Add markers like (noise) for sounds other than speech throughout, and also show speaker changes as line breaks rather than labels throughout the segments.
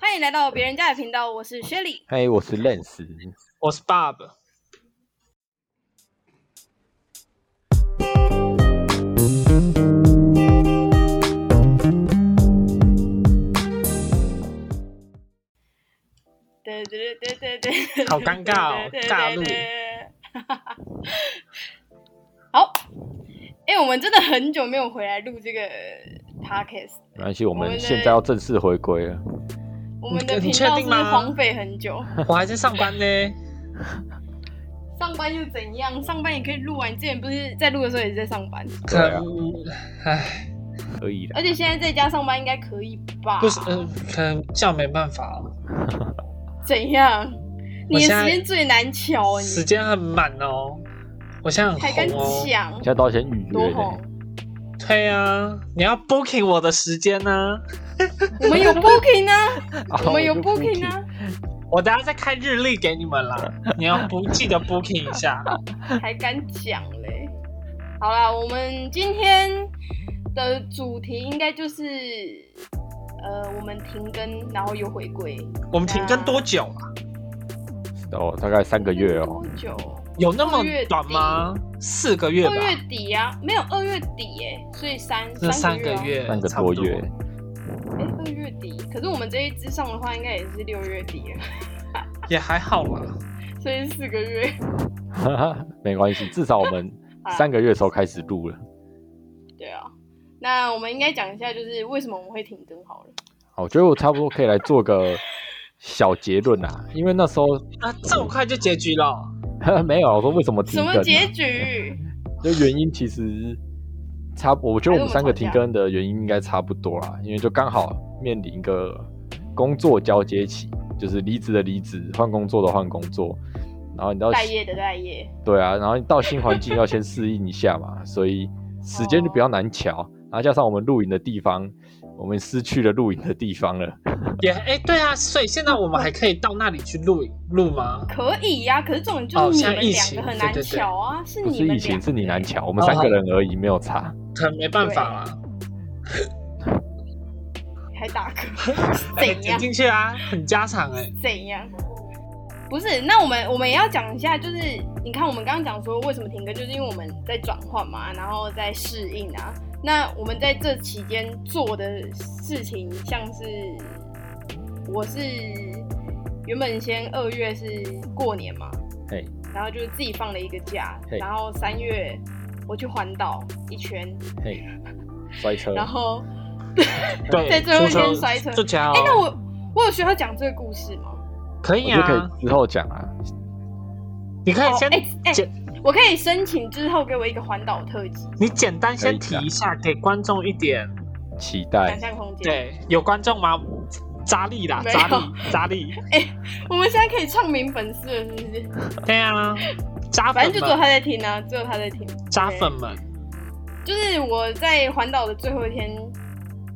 欢迎来到别人家的频道，我是 Shelly。
嗨，哎我是 Lens。
我是 Bob。
对对对对对，
好尴尬哦
对对对 (laughs)
大陆
对好，哎、我们真的很久没有回来录这个 podcast，
没关系，我
我们
们
的
现在要正式回归了。
我们的
你
频
你
道
确
是
定
不是
吗
荒废很久。
我还在上班呢。
上班又怎样？上班也可以录啊！你之前不是在录的时候也是在上班，
对啊
可恶，唉，
可以的。
而且现在在家上班应该可以吧？
不是，嗯、可能这样没办法了，
怎样？
我
你
现
的
在
时间最难瞧，
哦时
你
间很满哦。我现在很
还敢
红哦。
抢
现？在都要先预
多
约
红
呢。！
对啊，你要 booking 我的时间啊呢、
我们有 booking
(laughs)
啊，
哦
啊
我
(laughs)
们有
就不
booking 啊，
我等下再开日历给你们
(laughs)
啦。你要不记得 booking 一下。
还敢讲嘞？好啦，我们今天的主题应该就是，呃，我们停更，然后又回归，
我们停更多久啊？
提。哦，大概三个月哦
多。久？
有那
二
么
月底
短吗？四个月吧
二，月底啊，没有二月底哎、所以三
那
三
三
个
个
月啊、
月，
三个
差不
多月，
哎，二月底，可是我们这一支上的话，应该也是六月底了，
也还好啦。
所以四个月。
哈哈，没关系，至少我们
(laughs) 啊
三个月的时候开始录了。
对啊，那我们应该讲一下，就是为什么我们会停更好了。
好，我觉得我差不多可以来做个小结论啊，因为那时候 (laughs)
啊，这么快就结局了？
没有，我说为什么停
什
更、
么
啊？
结局？
就原因其实差不，我觉得我们三个停更的原因应该差不多啦，因为就刚好面临一个工作交接期，就是离职的离职，换工作的换工作，然后你到
待业的待业，
对啊，然后你到新环境要先适应一下嘛，所以时间就
哦
比较难瞧，然后加上我们露营的地方，我们失去了露营的地方了，
也哎、对啊，所以现在我们还可以到那里去录录吗？
可以呀、可是重点
哦
就是你
现在
们
疫
两
情
个很
对
难
对对
瞧啊，是
不
你
是
们两
疫情
个
是你难瞧，我们三个人而已，没有差。
可能没办法啦。
还打嗝，
(laughs)
怎
哎
样
点进去啊，很家常哎、
怎样？不是，那我们我们也要讲一下，就是你看我们刚刚讲说为什么停更，就是因为我们在转换嘛，然后在适应啊。那我们在这期间做的事情，像是我是原本先二月是过年嘛，
嘿，
然后就是自己放了一个假，
嘿
然后三月我去环岛一圈，
嘿，摔车，
然后
对，
在最后一
出手
天摔车
就这样哦。
哎、那我我有需要讲这个故事吗？
可
我
以
觉得可
啊，
以之后讲啊，
你可以先、
哦哎哎
简，
我可以申请之后给我一个环岛特辑，
你简单先
可以
提
啊
一下，给观众一点。
期待
想。象空间。，
对，有观众吗？扎力啦，
没有
扎力，扎力。
我们现在可以唱名粉丝了，是不是？
对啊，扎
反
粉
正就只有他
们，
在听啊，只有他在听。
扎粉们。
就是我在环岛的最后一天，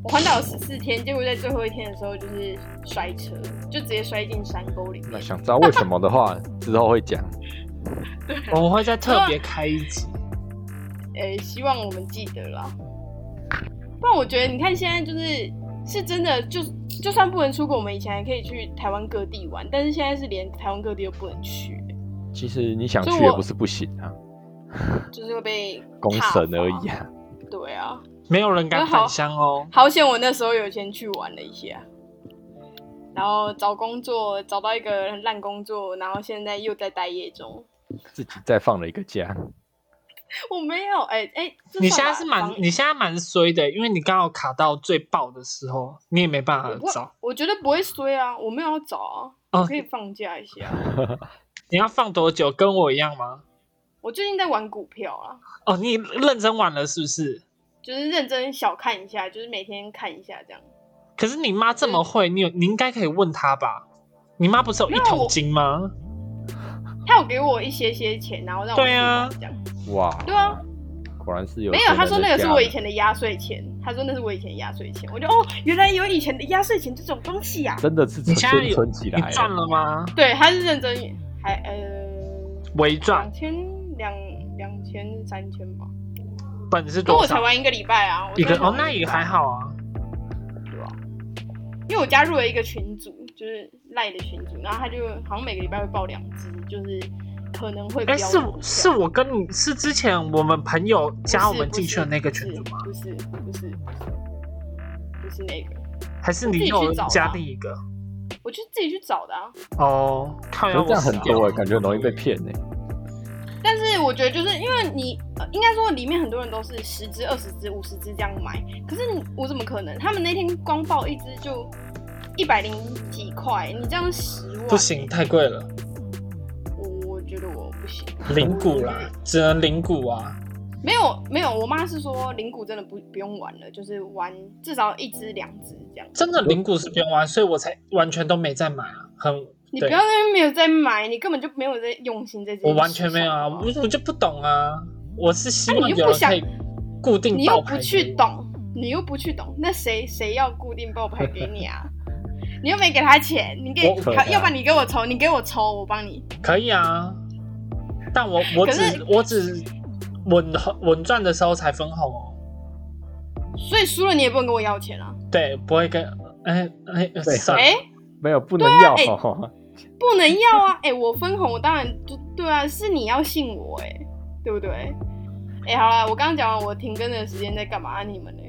我环岛十四天，结果在最后一天的时候就是摔车，就直接摔进山沟里
那
面。
想知道为什么的话，之后会讲。
我们会再特别开一集。
诶、呃希望我们记得啦。不然我觉得，你看现在就是是真的，就就算不能出国，我们以前还可以去台湾各地玩，但是现在是连台湾各地都不能去，
其实你想
所
去
以
也
我
不是不行啊，
就是会被
公审而已
踏
啊。
伐。对啊，
没有人敢
那好
返乡哦。
好险我那时候有先去玩了一下，然后找工作找到一个很烂工作，然后现在又在待业中。
自己再放了一个假，
我没有，哎、哎、这
你现
算
在
吧
是
防
蛮，你现在蛮衰的，因为你刚好卡到最爆的时候，你也没办
我
法
不
找。，
我觉得不会衰啊，我没有要找啊，
哦
我可以放假一下。
你要放多久？跟我一样吗？
我最近在玩股票啊，
哦，你认真玩了是不是？
就是认真小看一下，就是每天看一下这样。
可是你妈这么会，
嗯
你有你应该可以问她吧？你妈不是有一桶金吗？
嗯
他有给我一些些钱，然后让我
对啊
去玩这样。
哇，
对啊，
果然是有
没有，
钱
他说
人
那
的
个是
家
我
人
以前的压岁钱，他说那是我以前的压岁钱，我就哦，原来有以前的压岁钱这种东西呀、啊。
真的是
你现在
先
有
存起
你
来
赚了吗？
对，他是认真，还呃
微赚
两，千两两千三千吧。
本是
可嗯
多
我才
少？
玩一个礼拜啊，我
一哦
才
个
玩
哦，那也还好啊。
对吧因为我加入了一个群组，就是赖的群组，然后他就好像每个礼拜会报两只，就是可能会
哎，
标
是
注
我
这
是
样
我跟你是之前我们朋友
不
加
是
我们
不
进去的
是
那个
不
群
是
组吗？
不是不是不是不是那个，
还是
我自
你
己去
有
找的
加
啊
另一个？
我就自己去找的啊。
哦，看
可是
来
这
我
样
死
很
掉
多哎、
了
感觉很容易被骗哎、
但是我觉得就是因为你，呃、应该说里面很多人都是十只、二十只、五十只这样买，可是你我怎么可能？他们那天光报一只就一百零几块，你这样十万
不，行，太贵了，
我我觉得我不行。
零股啦，只能零股啊。
没有没有，我妈是说灵骨真的不不用玩了，就是玩至少一只两只这样。
真的零股是不用玩，所以我才完全都没在买啊，很
你不
对
要在那边没有在买，你根本就没有在用心在这件
我完
事
全没有啊，
上
我我就不懂啊，我是希
啊
望
哦你又
有
不
人
想
可以固定
你
爆
又
牌
不
给
去
我
懂，你又不去懂，那谁谁要固定爆牌给你啊？ (laughs) 你又没给他钱，你给
我
他，要不然你给我抽，你给我抽，我帮你。
可以啊，但我我
可是
只我只稳稳赚的时候才分红哦，
所以输了你也不能跟我要钱啊！
对，不会跟哎哎
对
算了
哎、
没有不能要、
对啊
哦， (laughs)
不能要啊！哎、我分红，我当然就对啊，是你要信我哎、对不对？哎、好啦，我刚刚讲完我停更的时间在干嘛、啊你们呢？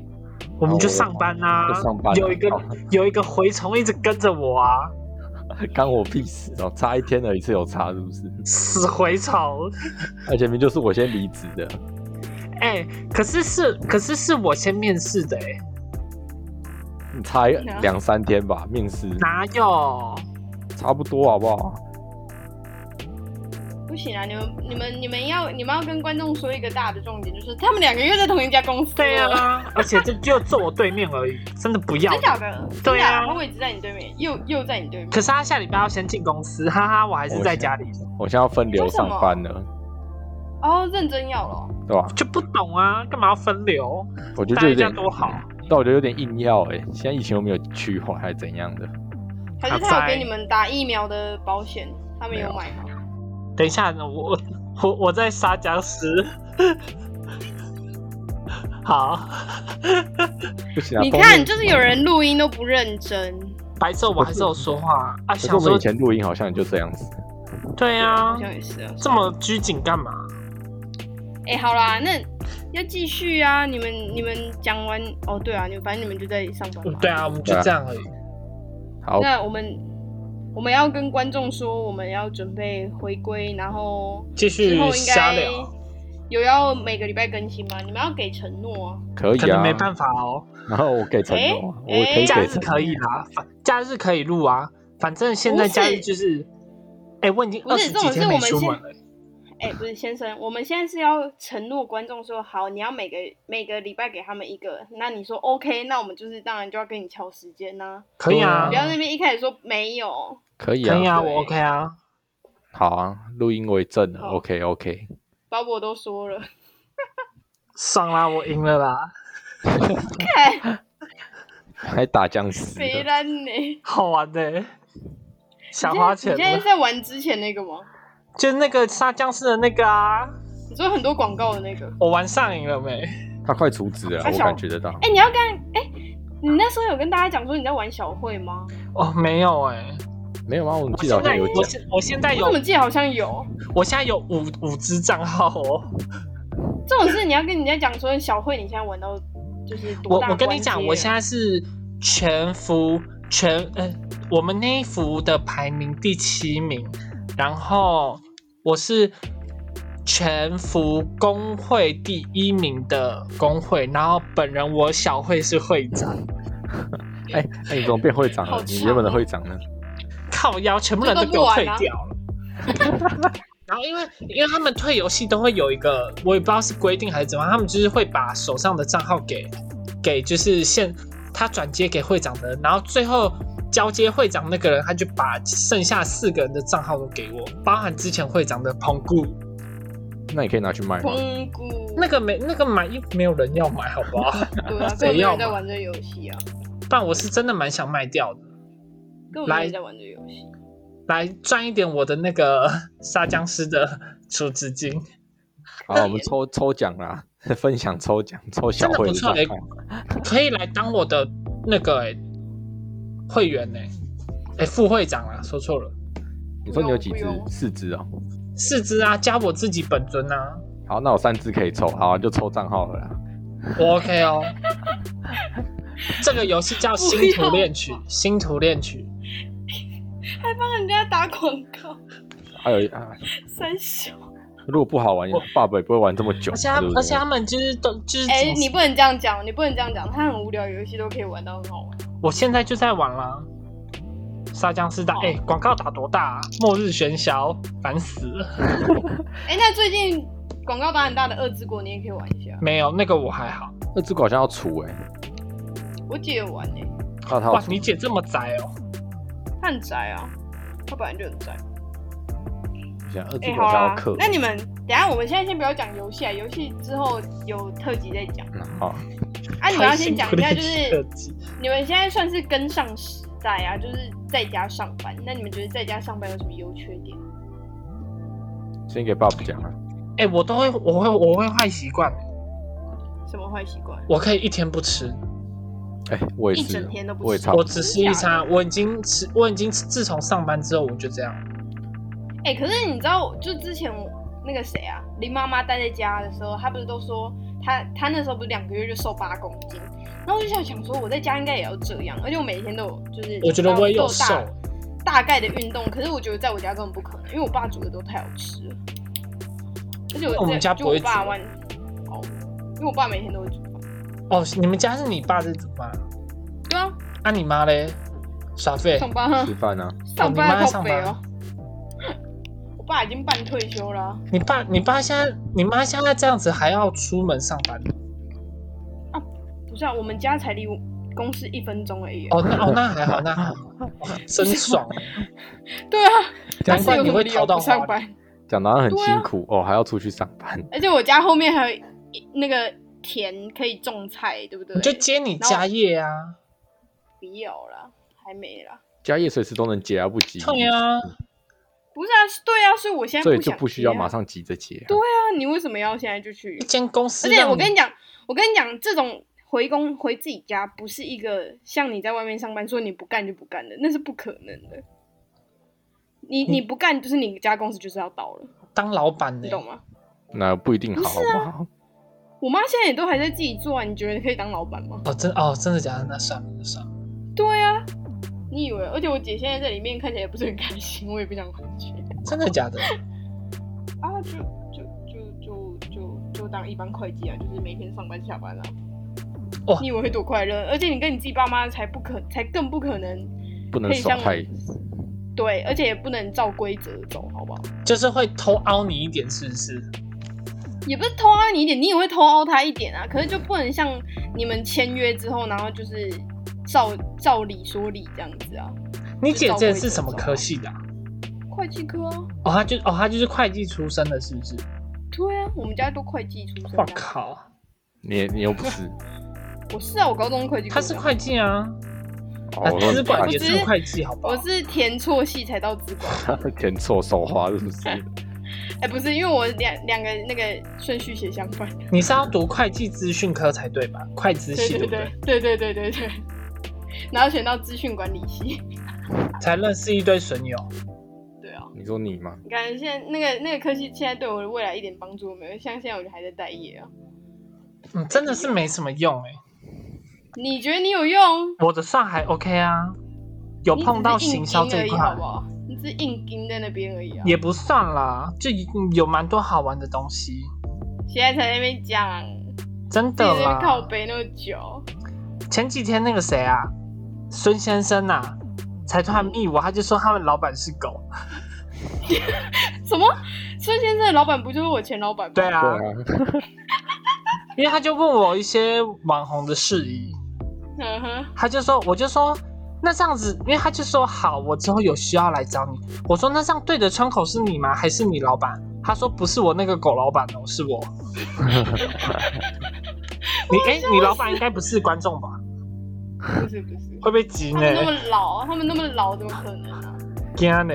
我们就上班啦、
就上班啊
有一个
好
有一个蛔虫一直跟着我啊，
干我屁事哦，差一天而已，是有差是不是？
死蛔虫。
而且明明就是我先离职的，
哎、可是是可是是我先面试的哎、
你差
啊
两三天吧，面试
哪有？
差不多好不好？
不行啊！你们、你们、你们要、你们要跟观众说一个大的重点，就是他们两个月在同一家公司。
对，啊，而且这就坐我对面而已，真的不要
哦真。假的？真
对啊
假的他位置在你对面，又又在你对面。
可是他下礼拜要先进公司，哈哈，我还是在家里，
我现在要分流上班了，
哦，认真要了。
对吧？
就不懂啊，干嘛要分流？
我觉得
待
就有
一家
点
多好，
但我觉得有点硬要哎、现在疫情又没有趋缓还是怎样的？
还是他有给你们打疫苗的保险，他们有买吗？
等一下，我我我我在杀僵尸。 (laughs) 好，
不行啊，
你
封
看，
面
就是有人录音都不认真，
白色我还是有说话啊，
可是
想
我们
说
以前录音好像就这样子，
对啊
好，像也是啊。
这么拘谨干嘛？
哎、好啦，那要继续啊！你们你们讲完哦，对啊，你们反正你们就在上班嘛。
对啊，我们就这样而已。
好，
那我们我们要跟观众说，我们要准备回归，然后
继
之
续
后应
瞎
该
聊，
有要每个礼拜更新吗？你们要给承诺啊！
可以
可能
啊。
没办法哦。
然后我给承诺啊，我
哎
可以
假
给
日
承
可以啦，反假日可以录啊。反正现在假日就是，哎、我已经
不
二
是
十几
这
天
种是
没
我们
出
现
门了。
哎、不是先生，我们现在是要承诺观众说，好，你要每个每个礼拜给他们一个，那你说 OK，那我们就是当然就要跟你敲时间呐、
可以啊，
不要那边一开始说没有，
可以
可以
啊，
啊，
对
我 OK 啊。
好啊，录音为证了
好
，OK OK，
包我都说
(laughs)
了，
爽啦，我赢了啦，
看
还打僵尸
肥
的，
烂
(laughs)
呢。
好玩的、想
你
花
现在你现在
钱了
是，在玩之前那个吗？
就是那个杀僵尸的那个啊，
你说很多广告的那个。
我玩上瘾了没？
他快处置了，
他
我
小
感觉得到。
哎、你要跟哎、你那时候有跟大家讲说你在玩小慧吗？
哦，没有哎、
没有吗？啊我们
我
记得好
现
像
在
有
我
讲，
现我现在
我怎么
哎有
记得好像有
我现在有五五只账号哦。
这种事，你要跟人家讲说小慧你现在玩到就是
我
多大
我跟
关啊
你讲，
阶
我
了
现在是全服全呃，我们那一服的排名第七名，然后我是全服工会第一名的工会，然后本人我小慧是会长，
哎哎，你怎么变会长
好
了？
长
你原本的会长呢？
靠腰，全部人都给我退掉了。啊 (laughs) 然后因为因为他们退游戏都会有一个，我也不知道是规定还是怎么样，他们就是会把手上的账号给给就是现他转接给会长的人，然后最后交接会长那个人，他就把剩下四个人的账号都给我，包含之前会长的彭顾，
那你可以拿去卖吗？
空谷
那个没那个买又没有人要买，好不好？
对啊，根本
谁
没有
要
人在
嘛
玩这个游戏啊，
但我是真的蛮想卖掉的，
根本没有
来
人在玩这个游戏。
来赚一点我的那个 (laughs) 杀僵尸的储值金。
好，我们抽抽奖啦，分享抽奖，抽小
真的
慧
不
的
错
账
哎
号。
可以来当我的那个、欸、会员呢、哎、副会长啊，说错了，
你说你有几只
不用？
四只哦。
四只啊，加我自己本尊啊，
好，那我三只可以抽，好、啊，就抽账号了啦。
我 OK 哦。 (laughs) 这个游戏叫《星
不
图
要
恋曲》，《星图恋曲》
还帮人家打广告，
还有啊，
三小。
如果不好玩，爸爸也不会玩这么久，
而且他
对不对
而且他们就是都就是，
哎、你不能这样讲，你不能这样讲，他很无聊，游戏都可以玩到很好玩。
我现在就在玩啦。沙僵尸大
哦
哎，广、告打多大、啊？末日喧嚣，烦死了。
哎、那最近广告打很大的《二之国》，你也可以玩一下。啊
没有那个我还好。
那只狗好像要除哎、欸，
我姐也玩哎、
那它要
哇，
除
你姐这么宅哦、
她很宅啊，她本来就很宅。
一下，二只
哎、
狗
好
啊
好像
啦
要克。，
那你们等一下，我们现在先不要讲游戏啊，游戏之后有特辑再讲。
嗯好，
啊，你们要先讲一下，就
太辛苦了
是你们现在算是跟上时代啊，就是在家上班。那你们觉得在家上班有什么优缺点？
先给爸爸讲啊。
哎、我都会，我会，我会坏习惯。
什么坏习惯？
我可以一天不吃，
哎、我也
一
是
整，天都不
我也
吃
差不
我
多。
只吃一餐。我已经吃，我已经自从上班之后我就这样。
哎、可是你知道，就之前我那个谁啊，林妈妈待在家的时候，她不是都说她她那时候不是两个月就瘦八公斤，然后我就想想说，我在家应该也要这样，而且我每天都有就是
我觉得我也有
都大
瘦
大概的运动，可是我觉得在我家根本不可能，因为我爸煮的都太好吃了，而且我
那我们
在
家
就
不会
我爸
煮
玩哦，因为我爸每天都会煮饭，
哦。你们家是你爸在煮饭，
对啊，
啊你妈嘞？耍废。
上班啊
吃饭啊，
上班
哦你妈
啊
在
靠
上
北
班
哦，我爸已经半退休了啊
你爸，你爸现在，你妈现在这样子还要出门上班？
不是啊，我们家才离公司一分钟而已啊，
哦，那哦那还好，
(laughs)
那还好，哦真爽。
对啊。(laughs) 但
讲
难怪
是有
你
什么
会
理
逃
由
到
不
花
上
莲。
班？
讲的很
对啊
辛苦、哦，还要出去上班。
而且我家后面还有一那个田可以种菜，对不对？
你就接你家业啊，
不要啦，还没啦。
家业随时都能结啊，不急。
对啊，
不是啊，对啊，所以我现在
所以
不
就
想
不需要
接啊
马。上急着结、啊。
对啊，你为什么要现在就去
一？间公司
而且
让。
我跟你讲，我跟你讲，这种回公回自己家不是一个像你在外面上班说你不干就不干的，那是不可能的。你你不干，就是你家公司就是要倒了，
当老板呢
你，懂吗？
那不一定好，好
啊
不好？
我妈现在也都还在自己做啊，你觉得可以当老板吗？
哦真哦真的假的？那算了那算了，
对啊，你以为？而且我姐现在在里面看起来也不是很开心，我也不想回去。
真的假的？
啊，就就就就就就当一般会计啊，就是每天上班下班啊。
哇
你以为会多快乐？而且你跟你自己爸妈才不可，才更不可能
不能
可以
耍
像
太。
对，而且也不能照规则走，好不好？
就是会偷凹你一点，是不是？
也不是偷凹你一点，你也会偷凹他一点啊。可是就不能像你们签约之后，然后就是照照理说理这样子啊。
你姐姐是什么科系的啊、
会计科啊、
哦，她就哦，她就是会计出身的，是不是？
对啊，我们家都会计出身的
我
啊。
靠，
你你又不
(laughs)
是，
我是啊，我高中是会计科
她是
的啊
会计啊，
哦
啊，
我
资
说
管
我
也
只
是会计，好不好
我？是填错系才到资管，
(laughs) 你填错手滑是不是？
哎、不是，因为我两两个那个顺序写相
(laughs)
反。
你是要读会计资讯科才对吧？会资
对
系
对
对不对
对？对对对对对，然后选到资讯管理系。
才认识一堆损友。
对啊，
你说你吗？
你感觉现在那个那个科系现在对我的未来一点帮助都没有，像现在我就还在待业啊。
嗯，真的是没什么用哎、
你觉得你有用？
我的算还 OK 啊，有
你
碰到
只是硬
行销
盯
这
而
一
已
块
好不好？你只是硬盯在那边而已啊。
也不算啦，就有蛮多好玩的东西，
现在才在那边讲，
真
自己
的
在那边靠
啦。
背那么久，
前几天那个谁啊，孙先生呐、啊，才突然
嗯
密我，他就说他们老板是狗。
什么？孙先生的老板不就是我前老板吗？
对
对
啊，
啊，
因为他就问我一些网红的事宜，
嗯哼，
他就说，我就说。那这样子，因为他就说好，我之后有需要来找你。我说那这样对的窗口是你吗？还是你老板？他说不是我那个狗老板哦，是我。你哎、你老板应该不是观众吧？
不是不是，
会被急
他
呢
们，那么老，他们那么老，怎么可能啊？
惊呢。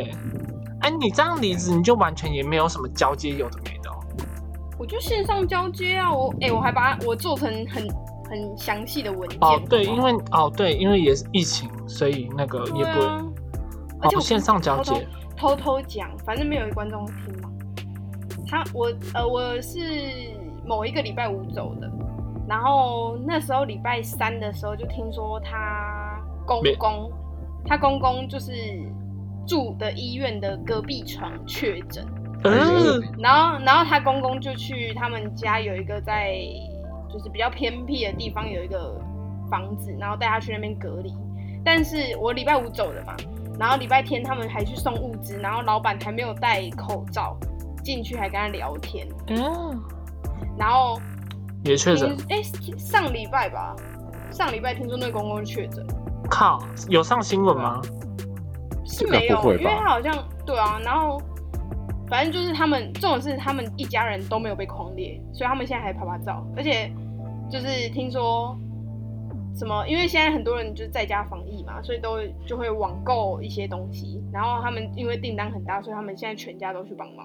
哎、你这样离职，你就完全也没有什么交接，有的没的哦、
我就线上交接啊，我哎、我还把它我做成很很详细的文件。
哦，对，因为哦对，因为也是疫情，所以那个也
对
不会。
啊，而且
哦，
我
线上交接，
偷偷讲，反正没有观众听嘛。他我呃我是某一个礼拜五走的，然后那时候礼拜三的时候就听说他公
没
公，他公公就是住的医院的隔壁床确诊，
嗯，
然后然后他公公就去他们家有一个在就是比较偏僻的地方有一个房子，然后带他去那边隔离。但是我礼拜五走的嘛，然后礼拜天他们还去送物资，然后老板还没有戴口罩进去，还跟他聊天，
嗯，
然后
也确诊，
哎、诶上礼拜吧，上礼拜听说那个公公确诊
靠，有上新闻
啊
吗？
是
这个
没有
不，会
因为
吧
他好像对啊，然后反正就是他们这种事，他们一家人都没有被狂猎，所以他们现在还拍拍照，而且就是听说什么，因为现在很多人就是在家防疫嘛，所以都就会网购一些东西，然后他们因为订单很大，所以他们现在全家都去帮忙。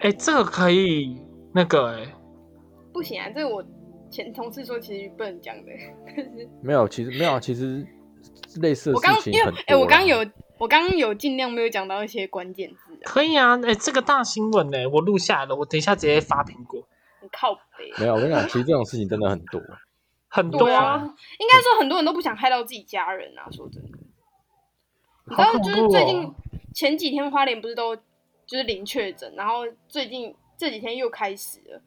哎，这个可以那个哎，
不行啊，这个我前同事说其实不能讲的。
没有，其实没有，其实类似的
我刚
事情
因为
很
哎、我
多啊
刚
啦
有我刚有尽量没有讲到一些关键字啊，
可以啊，哎，这个大新闻呢，我录下来了，我等一下直接发苹果，
很靠北。
没有，我跟你讲，其实这种事情真的很多。
很多
对啊，，应该说很多人都不想害到自己家人啊。说真的，你知
好
道，
恐
就是
怖
最近
哦，
前几天花莲不是都就是零确诊，然后最近这几天又开始了，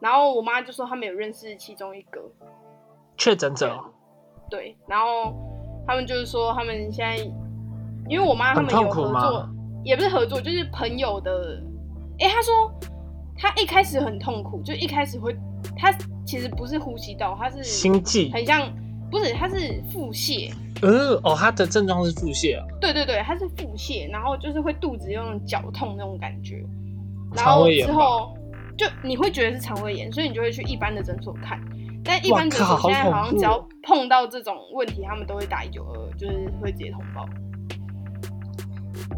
然后我妈就说他们有认识其中一个，
确诊者
对，然后他们就是说他们现在，因为我妈他们
很
有
痛苦
合作
吗，
也不是合作，就是朋友的。哎、她说她一开始很痛苦，就一开始会，她其实不是呼吸道，她是
心悸，
很像，不是，她是腹泻。
嗯，哦，他的症状是腹泻啊，
对对对，它是腹泻，然后就是会肚子有那种绞痛那种感觉，然
肠
后
胃炎
之后就你会觉得是肠胃炎，所以你就会去一般的诊所看。但一般诊
哇
所
靠
现在
好恐
好像只
怖哦
要碰到这种问题，他们都会打一九二，就是会直接通报。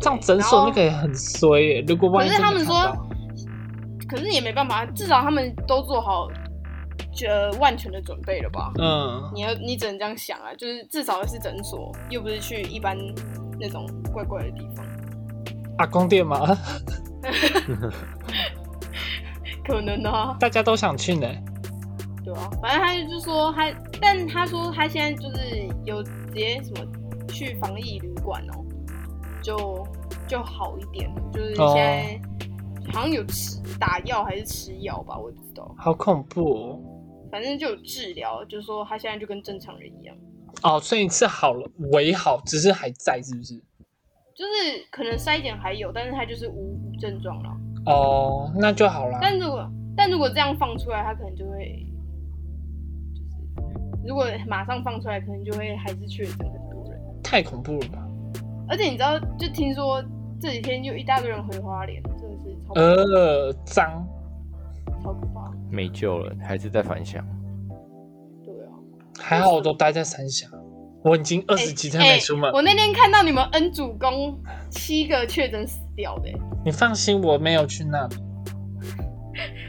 这样诊所
然后
那个也很衰耶，如果万一
可是他们
真的
说
看到
可是也没办法，至少他们都做好呃万全的准备了吧？
嗯，
你要你只能这样想啊，就是至少是诊所，又不是去一般那种怪怪的地方。
阿公店嘛， (laughs)
可能啊，
大家都想去呢。
对啊，反正他就说他，但他说他现在就是有直接什么去防疫旅馆哦，就就好一点了，就是现在好像有吃打药还是吃药吧，我也不知道，
好恐怖哦
反正就有治疗，就说他现在就跟正常人一样，
哦！哦所以是好了，为好，只是还在，是不是？
就是可能筛检还有，但是他就是无无症状了。
哦，那就好啦。
但如果但如果这样放出来，他可能就会就是如果马上放出来，可能就会还是确诊很多人。
太恐怖了吧？
而且你知道，就听说这几天又一大堆人回花莲，真的是超、
呃，脏，
超可怕。
(laughs) 没救了，还是在反响。
对啊，
还好我都待在三峡，我已经二十几天没出门。
欸哎我那天看到你们恩主公七个确诊死掉的欸、
你放心，我没有去那里。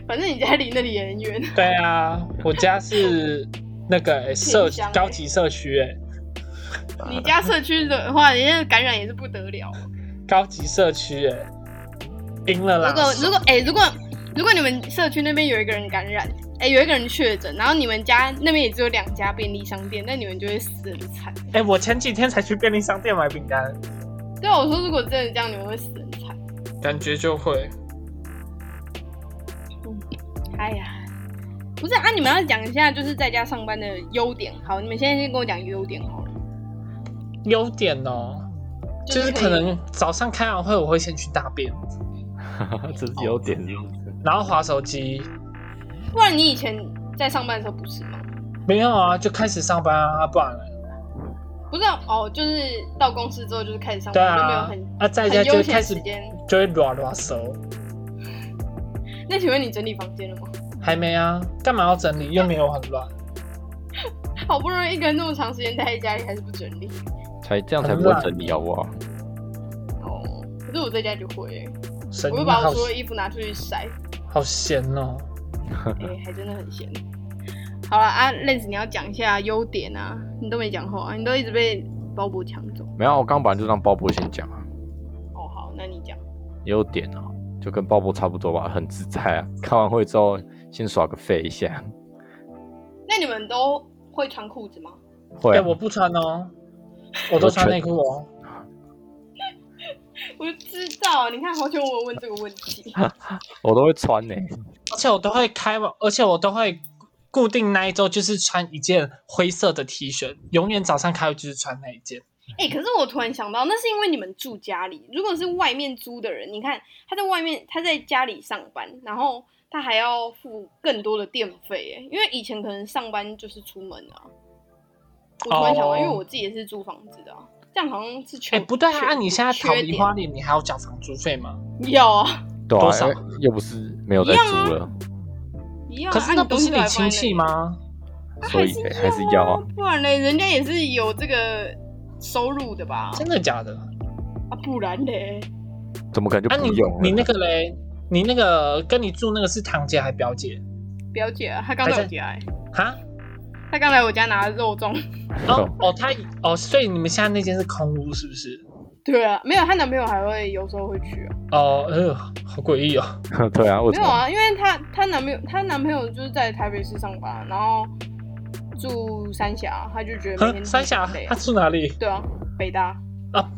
反正你家离那里也很远。
对啊，我家是那个、欸社
偏乡欸
高级社区，哎，
你家社区的话，人家感染也是不得了。
高级社区，哎，赢了啦！
如果如果哎、如果如果你们社区那边有一个人感染，哎、有一个人确诊，然后你们家那边也只有两家便利商店，那你们就会死的很惨。
哎、我前几天才去便利商店买饼干，
对啊，我说如果真的这样，你们会死得很惨。
感觉就会。
哎呀，不是啊，你们要讲一下就是在家上班的优点。好，你们现在先跟我讲优点好了。
优点哦，
就
就是是
可以
可能早上开完会，我会先去大便，
(laughs) 这是有点是不是？
然后划手机。
不然你以前在上班的时候不是吗？
没有啊，就开始上班啊，不然嘞
不是啊哦，就是到公司之后就是开始上
对
班，就没有
啊
很，
啊在家
很
就
悠
会
闲的
开始
时间。
就会软软手，
那请问你整理房间了吗？
还没啊，干嘛要整理？又没有很乱，
好不容易一个人那么长时间待在家里，还是不整理。
才这样才不会整理好不好？
哦，可是我在家就会欸、
神
我
经
会把我
好
所有衣服拿出去晒，
好闲哦。
哎、还真的很闲。好了啊，Lens，你要讲一下优点啊，你都没讲话、啊，你都一直被鲍勃抢走。
没有，我刚本来就让鲍勃先讲啊。
哦，好，那你讲。
优点啊，就跟鲍勃差不多吧，很自在啊。开完会之后先耍个废一下。
那你们都会穿裤子吗？ (laughs)
会
哎、
啊，
我不穿哦，我都穿内裤哦。
我就知道，啊你看好久我问这个问
(laughs)
题。
我都会穿呢、
而且我都会开完，而且我都会固定那一周就是穿一件灰色的 T 恤，永远早上开会就是穿那一件。
哎、可是我突然想到，那是因为你们住家里。如果是外面租的人，你看他在外面，他在家里上班，然后他还要付更多的电费，哎，因为以前可能上班就是出门啊。我突然想到
哦
因为我自己也是租房子的、啊，这样好像是缺。
哎、不对
缺
啊，啊你现在逃
缺
离
点
花莲，你还要缴房租费吗？
有啊
对啊
多，少
因为又不是没有在租了，
一样啊。
可是
啊
那不是
你东西都
你
还放在
亲
那
戚
里？
吗？
所以
还是
还是要啊。
不然嘞，人家也是有这个收入的吧？
真的假的？
啊，不然嘞，
怎么可能就
啊，
不
你
用了？
你那个嘞，你那个跟你住那个是堂姐还表姐？
表姐啊，她刚来我家、欸，
哈？
她刚来我家拿肉粽。
哦哦，他哦，所以你们现在那间是空屋是不是？
(laughs) 对啊，没有，她男朋友还会有时候会去啊。
哦，呃，好诡异哦。
(laughs) 对啊，为
没
什
有
么？
啊，因为她她男朋友她男朋友就是在台北市上班，然后住三峡，她就觉得每
哼
天
三峡
很累
他
啊。
住哪里
对啊，北大。
啊？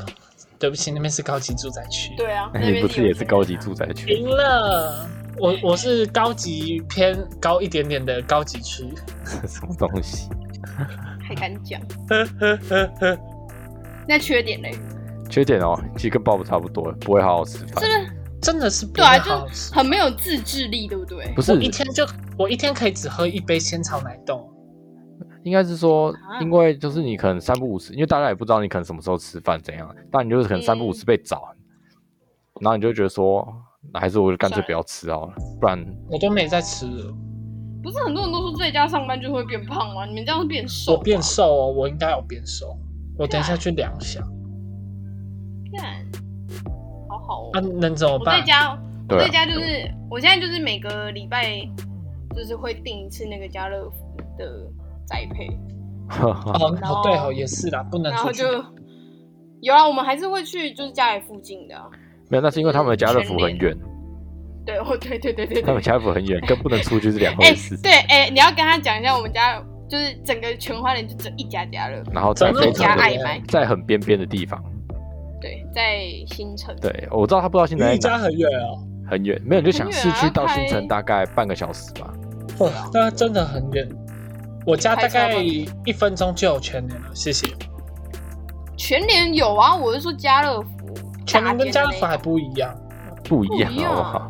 对不起，那边是高级住宅区。
对啊，那
(laughs) 你
边
哎不是也
有
是高级住宅区？ (laughs)
赢了，我我是高级偏高一点点的高级区。
什么东西？
啊还敢讲？那缺点嘞？
缺点哦，其实跟鲍勃差不多，不会好好吃饭。
真的是不
对啊，
太
就
好吃。
很没有自制力，对不对
不？是
我，一天就我一天可以只喝一杯仙草奶冻。
应该是说
啊，
因为就是你可能三不五时，因为大家也不知道你可能什么时候吃饭怎样，但你就是可能三不
嗯
五时被找，然后你就会觉得说，那还是我就干脆不要吃好了，不然
我都没在吃了，
不是很多人都说在家上班就会变胖吗？你们这样会变瘦？
我变瘦哦，我应该有变瘦。我等一下去量一下，
干，好好哦。
啊，能怎么
我在
办？
家，我
对啊
在家就是，我现在就是每个礼拜就是会订一次那个家乐福的宅配，
哦
然后
哦，对哦，也是啦，不能
然
出
后
去
就。有啊，我们还是会去就是家里附近的啊、
没有，那是因为他们的家乐福很远，
对，哦，对对对对
他们
对。
家乐
(laughs)
福很远，跟不能出去是两
哎、
回事。
对，哎、你要跟他讲一下，我们家就是整个全花莲就只有一家家乐福，
然后在
怎么
非
那么
常
狭隘
的
吗
在很边边的地方，
对，在新城。
对我知道他不知道新城在哪
离家很远哦，
很远，没有你就想
很远
市
啊
区到新
开
城大概半个小时吧。
哇，那哦真的很远。我家大
开车
概
吗
一分钟就有全年了，谢谢。
全联有啊，我是说家乐福，
全年跟家乐福还
大间的
不一样，
不一样
不
哦
一样
好不好？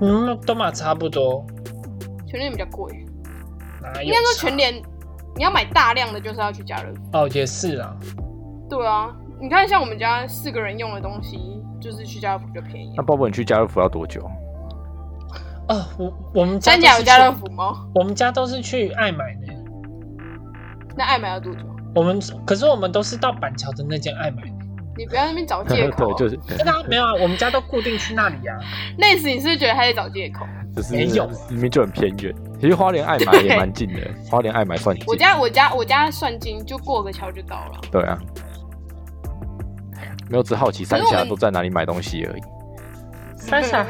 嗯，都嘛差不多。
那个全联比较贵，
哪有
应该说
差
全联你要买大量的就是要去家乐福。
哦，也是啊。
对啊，你看像我们家四个人用的东西，就是去家乐福比较便宜
(laughs) 那。鲍勃，你去家乐福要多久？
哦，我我们家
三甲
都
有
是
家
去
乐福吗？
我们家都是去爱买的。
那爱买要多久？
我们可是我们都是到板桥的那间爱买
(laughs)
的，
你不要在那边找借口
(laughs) 对，
啊，
就是
真的啊、没有啊，我们家都固定去那里啊。
累死你！是不是觉得他在找借口？
就是
没有
明明就很偏远。其实花莲爱买也蛮近的，花莲爱买算近
我。家我家我家算经就过个桥就到了。
对啊，没有只好奇三
可是我
峡
们
都在哪里买东西而已。
三峡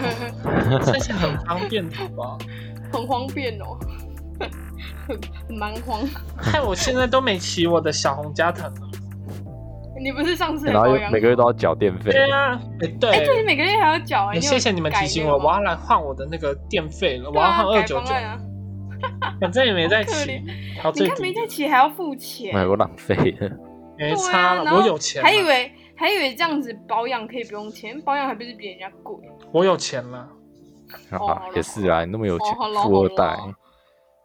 三峡很方便，好不好？
(laughs) 很荒便哦， (laughs) 很很蛮荒。
害我现在都没骑我的小红加藤了。
哎你不是上次还
然
保
后又
养
每个月都要缴电费，
对啊，哎、
哎，对，
对，
你每个月还要缴哎。
哎
有
谢谢你们
改
提醒
那个
我，
吗
我要来换我的那个电费了，我
对
要
啊
换二
改
九
方
九
案，啊！
反正也没在
好可
骑，
怜
好
你
最
看没
低
在骑还要付钱，
买哎过浪费了。
没
对
差
啊，
了，
然后
我有钱了，
还以为还以为这样子保养可以不用钱，保养还不是比人家贵？
我有钱了。
哦好
(laughs) 啊
了，
也是啊，你那么有钱
哦好了，
富二
好
代
了，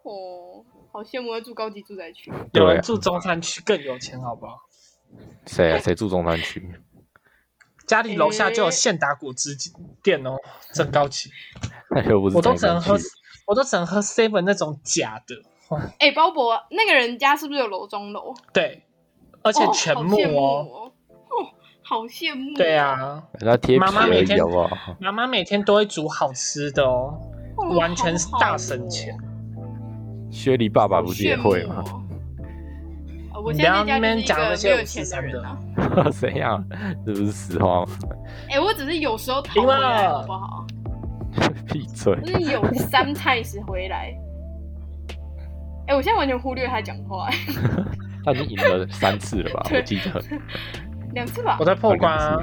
哦，好羡慕住高级住宅区。
有
对
人
啊
住中山区更有钱，好不好？
谁啊谁住中山区？ (laughs)
家里楼下就有现打果汁店哦，真高级。
又不是
我都
中
只能
山区
喝，，我都只能喝 seven 那种假的。
哎、包勃，那个人家是不是有楼中楼？哦
对，而
而
且全木哦。
哦，哦，好羡慕。
对，啊，
人家贴皮
妈妈
而
每
已，
天
好不好？
妈妈每天都会煮好吃的哦，
哦、
完全是大
好好哦
省钱。
薛离爸爸不是也会吗？
哦、我现在在家就是一个没有钱的人啊。
(laughs) 怎样？这不是实话吗？ (laughs)
哎、我只是有时候逃回来，好不好？
闭嘴！
就是有三太时回来。哎、我现在完全忽略他讲话、哎
他已经赢了三次了吧？我记得。
两次吧
我。在破关啊，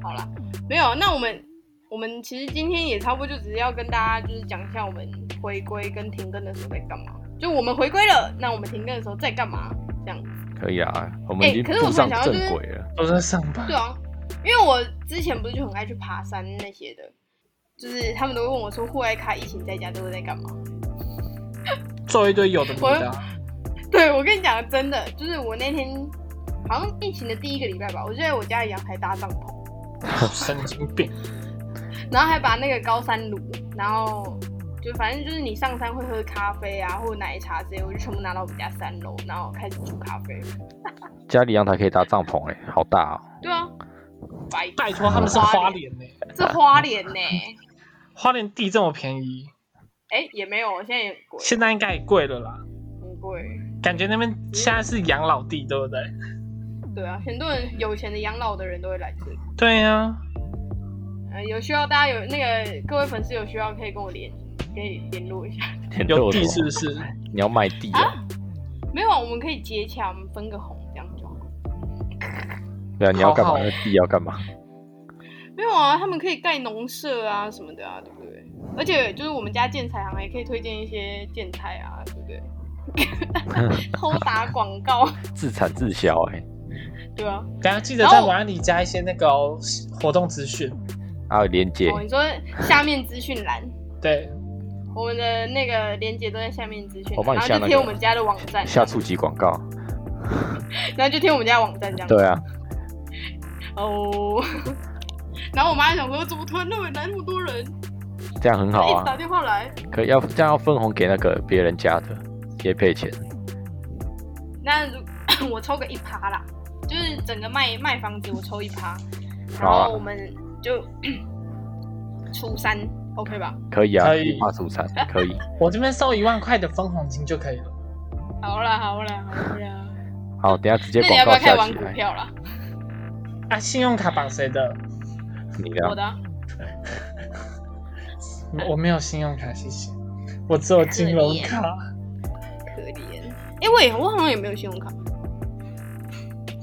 好了，没有，那我们我们其实今天也差不多，就只是要跟大家就是讲一下我们回归跟停更的时候在干嘛。就我们回归了，那我们停更的时候在干嘛？这样子。
可以啊，我们已经
哎可是我
步上
突然想到
正
就是
轨了。
都在上班
对。啊，因为我之前不是就很爱去爬山那些的，就是他们都会问我说，户外咖疫情在家都是在干嘛？ (laughs)
做一堆有的没的啊、
对，我跟你讲，真的，就是我那天好像疫情的第一个礼拜吧，我就在我家里阳台搭帐篷，
神经病。
然后还把那个高山炉，然后就反正就是你上山会喝咖啡啊，或者奶茶之类，我就全部拿到我们家三楼，然后开始煮咖啡。
家里阳台可以搭帐篷、欸，哎，好大哦、
对啊，白
拜托，他们是花莲呢、
这花莲呢、
花莲地这么便宜，
哎、也没有，现在也很贵，
现在应该也贵了啦。
很贵。
感觉那边现在是养老地，对不对？
对啊，很多人有钱的养老的人都会来这里。
对啊呀、
呃，有需要大家有那个各位粉丝有需要可以跟我联可以联络一下。
天
有
肉
地
头
是不是？
你要卖地啊？
没有啊，我们可以接洽，我们分个红这样就好。
对啊，你要干嘛？
好好
那地要干嘛？
没有啊，他们可以盖农舍啊什么的啊，对不对？而且就是我们家建材行也可以推荐一些建材啊，对不对？
(laughs)
偷打广告，
自产自销哎、
对啊。
等一下记得
然
在
后
文案里加一些那个哦、活动资讯。
啊还有连接
哦，你说下面资讯栏，
对，
我们的那个链接都在下面资讯
我
栏，
帮你
然后
下
就
那
贴
个
我们家的网站，
下触及广告。
然后就贴我们家的网站这样。
对啊，
哦。 (laughs) 然后我妈还想说，怎么突然那么来那么多人？
这样很
她
好
一直打
啊，
电话来。
可以要这样要分红给那个别人家的，也配钱。
那如 (coughs) 我抽个一趴啦，就是整个卖卖房子我抽一趴，然
好啊
后我们就 (coughs) 初三 OK 吧？
可以啊，
可以
一怕出产可以。
我这边收一万块的分红金就可以了。
好啦好啦好啦，
好，等一下直接
那你
广
要不
告
要开始
下
玩
起
股
来。
票啦？
啊，信用卡绑谁的？
你的啊
我的啊、
我没有信用卡，谢谢。我只有金融卡。
可怜，哎、我也我好像也没有信用卡，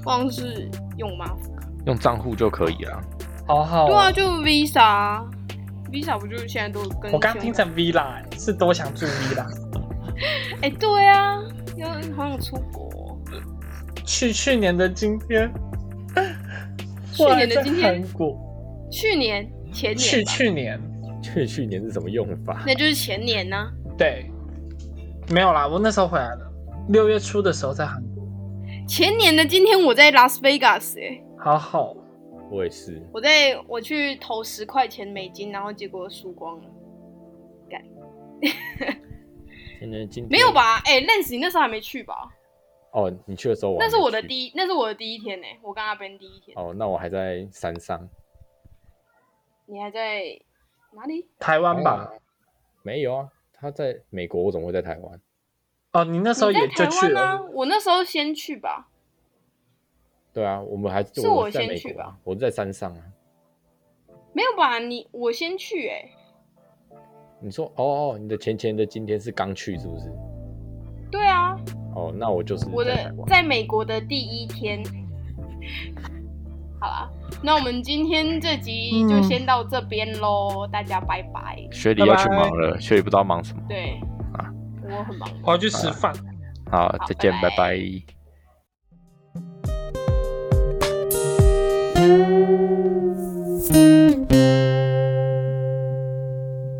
我好像是用吗？
用账户就可以了。
好好哦、
对啊，就 Visa 啊。Visa 不就是现在都跟
我刚
信
听
用卡
成 villa，欸是多想住 villa。
哎、对啊，要好想出国哦、
去去年的今
(laughs)
天，
去年的今
我还在
天，
韩国，
去年前
去
年吧，
去
去
年，
去年是什么用法？
那就是前年啊呢、
对，没有啦，我那时候回来了，六月初的时候在韩国，
前年的今天，我在拉斯维加斯，哎，
好好，
我也是，
我在我去投十块钱美金，然后结果输光了，
现在今天
没有？吧？哎、认识你那时候还没去吧？
哦，你去的时候我还
那是我的
没去
第一，那是我的第一天呢、欸我跟阿 Ben 第一天，
哦，那我还在山上。
你还在哪里？
台湾吧，
没有啊，他在美国，我怎么会在台湾？
哦，你那时候
你在
也
台
就去
湾啊
了，？
我那时候先去吧，
对啊，我们还是
是我
在
先
美
去
国啊
吧，
我是在山上啊。
没有吧？你我先去、哎，
你说哦哦，你的前前的今天是刚去是不是？
对啊，
哦，那我就是
我
在
的
台湾
在美国的第一天。好啦，那我们今天这集就
嗯
先到这边喽，大家拜拜。
学理要去
拜拜
忙了，学理不知道忙什么。
对
啊，
我很忙。
我要去吃饭。
好，再见，
拜
拜
拜
拜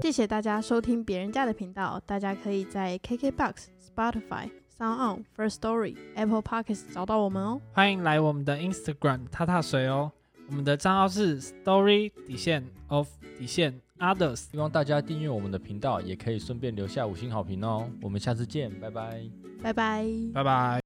谢谢大家收听别人家的频道，大家可以在 KKBox、Spotify、Sound On、First Story、Apple Podcasts 找到我们哦。
欢迎来我们的 Instagram 踏踏水哦。我们的账号是 Story 底线 of 底线 Others。
希望大家订阅我们的频道，也可以顺便留下五星好评哦。我们下次见，拜拜。
拜拜。
拜拜。